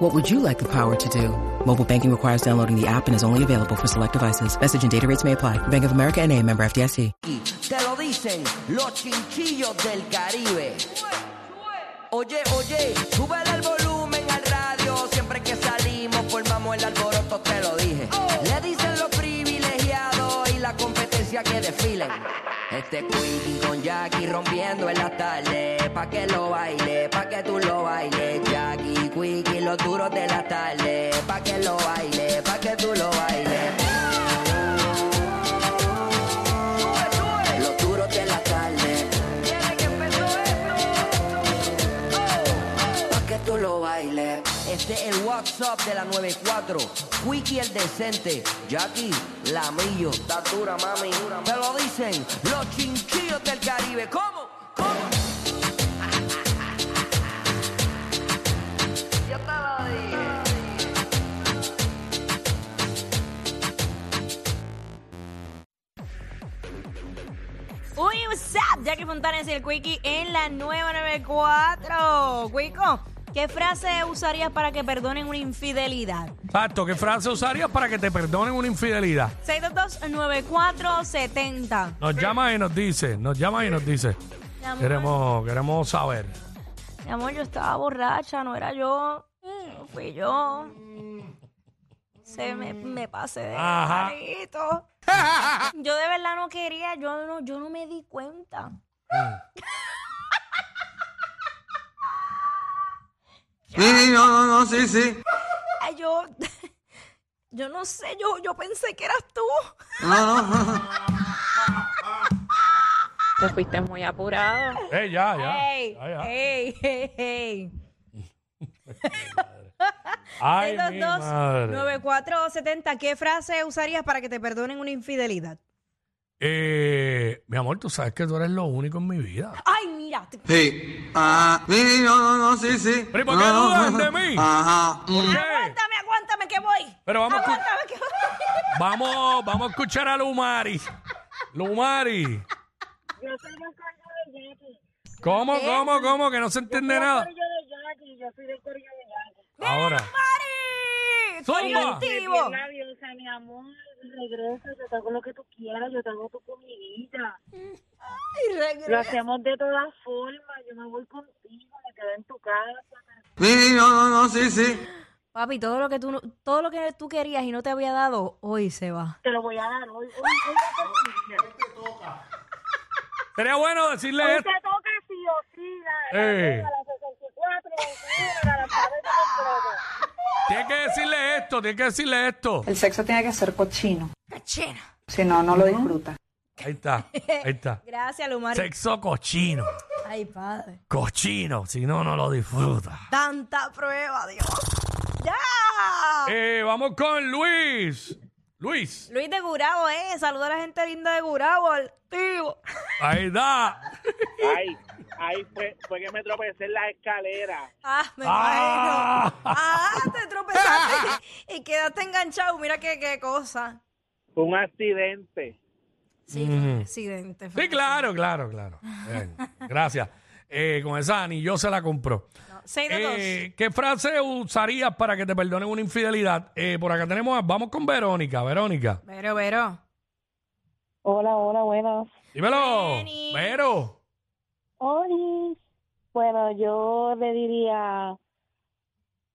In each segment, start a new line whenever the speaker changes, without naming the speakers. What would you like the power to do? Mobile banking requires downloading the app and is only available for select devices. Message and data rates may apply. Bank of America and a member FDIC.
Te lo dicen los chinchillos del Caribe. Oye, oye, súbele el volumen al radio. Siempre que salimos formamos el alboroto, te lo dije. Le dicen los privilegiados y la competencia que desfilen. Este Quickie con Jackie rompiendo en las tardes. Pa' que lo baile, pa' que tú lo bailes. Jackie, Quickie, los duros de la tarde. Pa' que lo baile, pa' que tú lo bailes. Los duros de la tarde. Pa' que tú lo bailes. Este es el WhatsApp de la 94. Wiki el decente. Jackie, Lamillo. Está dura, mami. Te lo dicen los chinchillos del Caribe. ¿Cómo? ¿Cómo? Yo te lo dije.
Uy, what's up? Jackie Fontanes y el Quickie en la 994. Quico, ¿qué frase usarías para que perdonen una infidelidad?
Exacto, ¿qué frase usarías para que te perdonen una infidelidad?
622-9470.
Nos llama y nos dice, nos llama y nos dice.
Mi amor,
Queremos, queremos saber.
mi amor, yo estaba borracha, no era yo. No fui yo. Se me, me pasé de
Ajá.
carito. Yo de verdad no quería, yo no, yo no me di cuenta.
Sí, no, no, no, sí, sí.
Ay, yo, yo no sé, yo, yo pensé que eras tú.
No, no, no.
Te fuiste muy apurado.
¡Ey, Eh, ya,
Ah,
ya!
¡Ey!
ya, ya.
¡Ey! ¡Ey! ¡Ey!
¡Ay, mi madre!
622-9470. ¿Qué frase usarías para que te perdonen una infidelidad?
Eh, mi amor, tú sabes que tú eres lo único en mi vida.
¡Ay, mira! te-
Sí. Ajá. Sí, no, no, no, sí, sí.
Pero ¿y por
No,
qué
no,
dudan
no.
de mí?
Ajá. Mm.
¿Qué?
¡Aguántame, aguántame que voy!
Pero vamos a escu-
¡Aguántame que voy!
Vamos, vamos a escuchar a Lumari. Lumari.
Yo soy del corillo de Jackie.
¿Cómo, cómo, cómo? Que no se entiende nada.
Corillo de Jackie, yo soy del corillo de Jackie.
Ahora.
¡Mari!
Zumba.
Soy activo!
La diosa, mi amor, regresa, yo te hago lo que tú quieras, yo te hago tu comidita.
¡Ay,
Lo
regreso!
hacemos de todas formas, yo me voy contigo, me quedo en tu casa.
Sí, no, no, no, sí, sí.
Papi, todo lo que tú no- todo lo que tú querías y no te había dado, hoy se va.
Te lo voy a dar hoy. Hoy, hoy te toca.
Sería bueno decirle
Hoy
esto.
te toca sí o sí, la, la,
Eh.
la, la 64, la 21, la cabeza completa.
Tienes que decirle esto, tienes que decirle esto.
El sexo tiene que ser cochino,
¡Cachena!
si no, no lo disfruta.
Ahí está, ahí está.
Gracias, Lumari.
Sexo cochino.
¡Ay, padre!
Cochino, si no, no lo disfruta.
¡Tanta prueba, Dios! ¡Ya!
Eh, vamos con Luis. Luis.
Luis de Gurabo, eh. Saluda a la gente linda de Gurabo, activo.
Ahí está.
Ay, ahí fue, fue que me tropecé en la escalera.
Ah, me
Ah.
imagino. Ah, te tropezaste y, y quedaste enganchado. Mira qué, qué cosa.
Fue un accidente.
Sí, fue un accidente. fue
Sí,
un
claro, claro, claro. Bien, gracias. Eh, con esa Ani, yo se la compró.
accidente. Seis de dos.
Eh, ¿Qué frase usarías para que te perdonen una infidelidad? Eh, por acá tenemos, a- vamos con Verónica. Verónica.
Pero, pero.
Hola, hola, buenas.
Dímelo.
Veni.
Vero.
Oli. Bueno, yo le diría,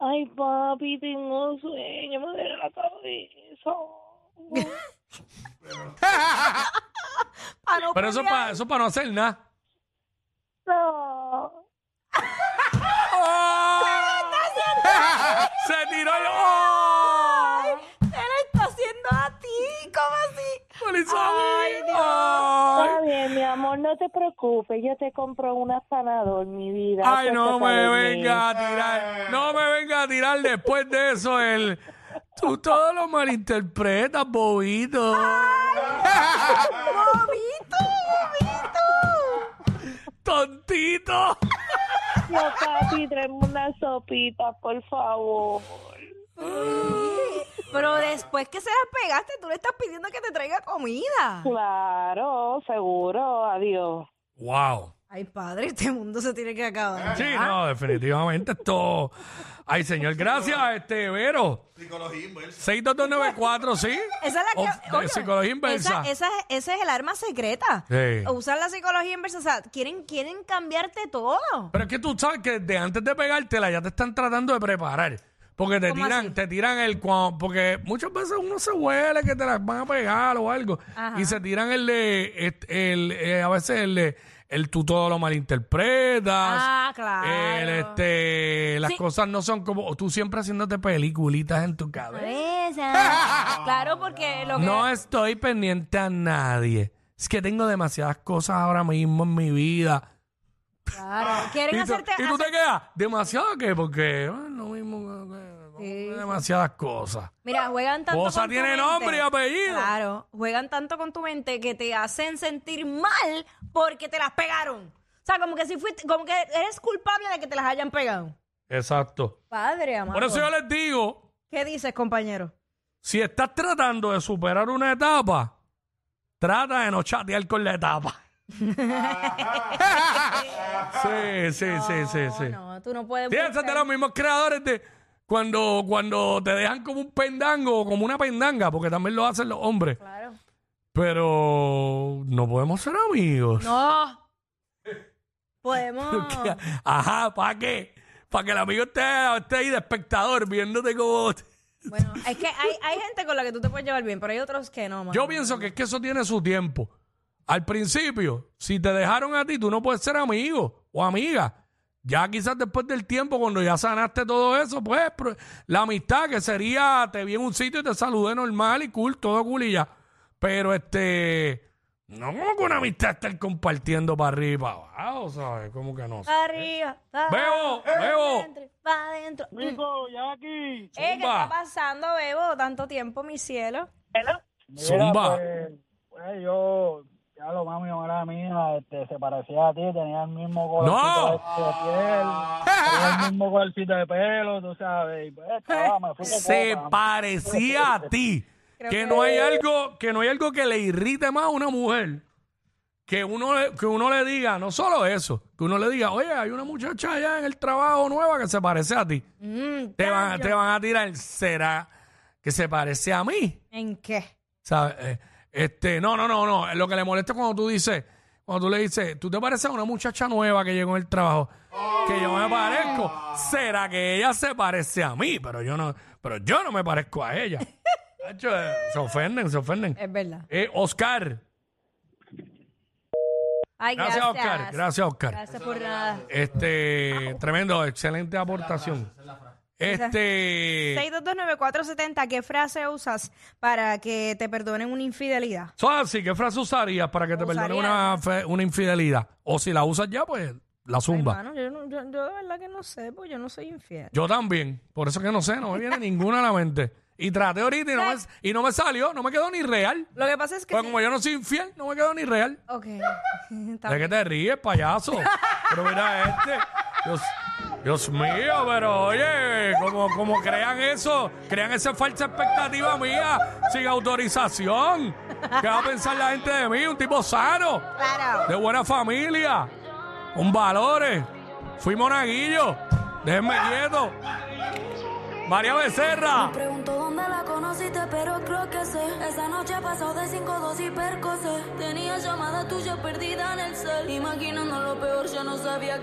ay papi, tengo sueño, me duele la cabeza.
Pa' no
Pero eso es
pelear.
para eso es pa no hacer nada.
No.
¡Oh!
Se tiró el. ¡Oh!
Te lo está haciendo a ti. ¿Cómo así?
¡Me lo hizo a mí!
Ay, Dios.
¡Oh! ¡Ay!
Está bien, mi amor, no te preocupes, yo te compro un sanador, mi vida. pues,
Ay, no me
Acuéstate de mí.
venga a tirar, no me venga a tirar después de eso el... Tú todo lo malinterpretas, bobito.
¡Bobito!
esto?
Yo, papi, tráeme una sopita, por favor.
Pero después que se las pegaste, tú le estás pidiendo que te traiga comida.
Claro, seguro, adiós.
Wow.
Ay, padre, este mundo se tiene que acabar.
Sí, no, definitivamente esto. Ay, señor, gracias, este, Vero.
Psicología inversa.
62294, sí.
Esa es la que.
O-
oye,
eh, psicología inversa.
Esa, esa- ese es el arma secreta.
Sí.
Usar la psicología inversa. O sea, quieren, quieren cambiarte todo.
Pero es que tú sabes que de antes de pegártela ya te están tratando de preparar. Porque te
¿Cómo
tiran,
así?
te tiran el cuan- porque muchas veces uno se huele que te las van a pegar o algo.
Ajá.
Y se tiran el de, est- el, eh, a veces el de, el tú todo lo malinterpretas.
Ah, claro.
El, este, las
Sí.
cosas no son como, o tú siempre haciéndote peliculitas en tu
A
cabeza.
veces. claro, porque lo que.
No estoy pendiente a nadie. Es que tengo demasiadas cosas ahora mismo en mi vida.
Claro.
Y
Quieren
tú,
hacerte.
y tú te
hacer-
quedas, ¿demasiado qué? Porque bueno, lo mismo. eh,
Sí, sí.
demasiadas cosas.
Mira, juegan tanto.
Cosa
con tu
tiene
mente.
nombre y apellido.
Claro, juegan tanto con tu mente que te hacen sentir mal porque te las pegaron. O sea, como que si fuiste, como que eres culpable de que te las hayan pegado.
Exacto.
Padre, amado.
Por eso yo les digo:
¿Qué dices, compañero?
si estás tratando de superar una etapa, trata de no chatear con la etapa. sí, sí, sí, sí, sí.
No, tú no puedes.
Piensa de
buscar-
los mismos creadores de cuando, cuando te dejan como un pendango o como una pendanga, porque también lo hacen los hombres.
Claro.
Pero no podemos ser amigos.
No. Podemos.
Porque, Ajá, ¿para qué? Para que el amigo esté, esté ahí de espectador viéndote como...
Bueno, es que hay, hay gente con la que tú te puedes llevar bien, pero hay otros que no, mano.
Yo pienso que es que eso tiene su tiempo. Al principio, si te dejaron a ti, tú no puedes ser amigo o amiga. Ya quizás después del tiempo, cuando ya sanaste todo eso, pues pro- la amistad que sería, te vi en un sitio y te saludé normal y cool, todo cool y ya. Pero este, no como que una amistad estar compartiendo para arriba y para abajo, ¿sabes? Como que no. sé.
Arriba, pa'
Bebo, Bebo.
adentro, pa' adentro. Mm.
Rico, ya aquí.
Eh, ¿qué
Zumba.
está pasando, Bebo? Tanto tiempo, mi cielo.
Zumba.
pues, yo, ya lo mami, ahora mía, este, se parecía a ti, tenía el mismo
¡No!
colorcito este de piel, tenía el mismo colorcito de pelo, tú sabes. Y pues, estaba, me fui de
se
copa.
parecía a ti.
Creo
que
que-
no hay algo que no hay algo que le irrite más a una mujer que uno le- que uno le diga no solo eso que uno le diga oye hay una muchacha allá en el trabajo nueva que se parece a ti
Mm,
te van te van a tirar será que se parece a mí
¿En qué?
¿Sabes? Eh, este, no, no, no, no. Lo que le molesta es cuando tú dices, cuando tú le dices, tú te pareces a una muchacha nueva que llegó en el trabajo, que yo me parezco. ¿Será que ella se parece a mí? Pero yo no, pero yo no me parezco a ella. Nacho, eh, se ofenden, se ofenden.
Es verdad.
Eh, Oscar.
Ay,
Gracias,
gracias.
Oscar. Gracias, Oscar.
Gracias por nada.
Este, tremendo, excelente aportación. Este,
6229470, ¿qué frase usas para que te perdonen una infidelidad?
son así, ah, ¿qué frase usarías para que te perdone una, fe- una infidelidad? O si la usas ya, pues la zumba.
Hermano, yo, no- yo, yo de verdad que no sé, pues yo no soy infiel.
Yo también. Por eso que no sé, no me viene ninguna a la mente. Y traté ahorita y no, me, y no me salió, no me quedó ni real.
Lo que pasa es que...
Porque
sí-
como yo no soy infiel, no me quedó ni real.
Ok. Está
¿De qué te ríes, payaso? Pero mira este. Dios, Dios mío, pero oye, como, como crean eso, crean esa falsa expectativa mía sin autorización. ¿Qué va a pensar la gente de mí? Un tipo sano,
Claro.
de buena familia, con valores. Fui monaguillo. Déjenme quieto. María Becerra.
Pregunto dónde la conociste, pero creo que sé. Esa noche pasó de 5, 2 y percosé. Tenía llamada tuya perdida en el cel. Imaginando lo peor, yo no sabía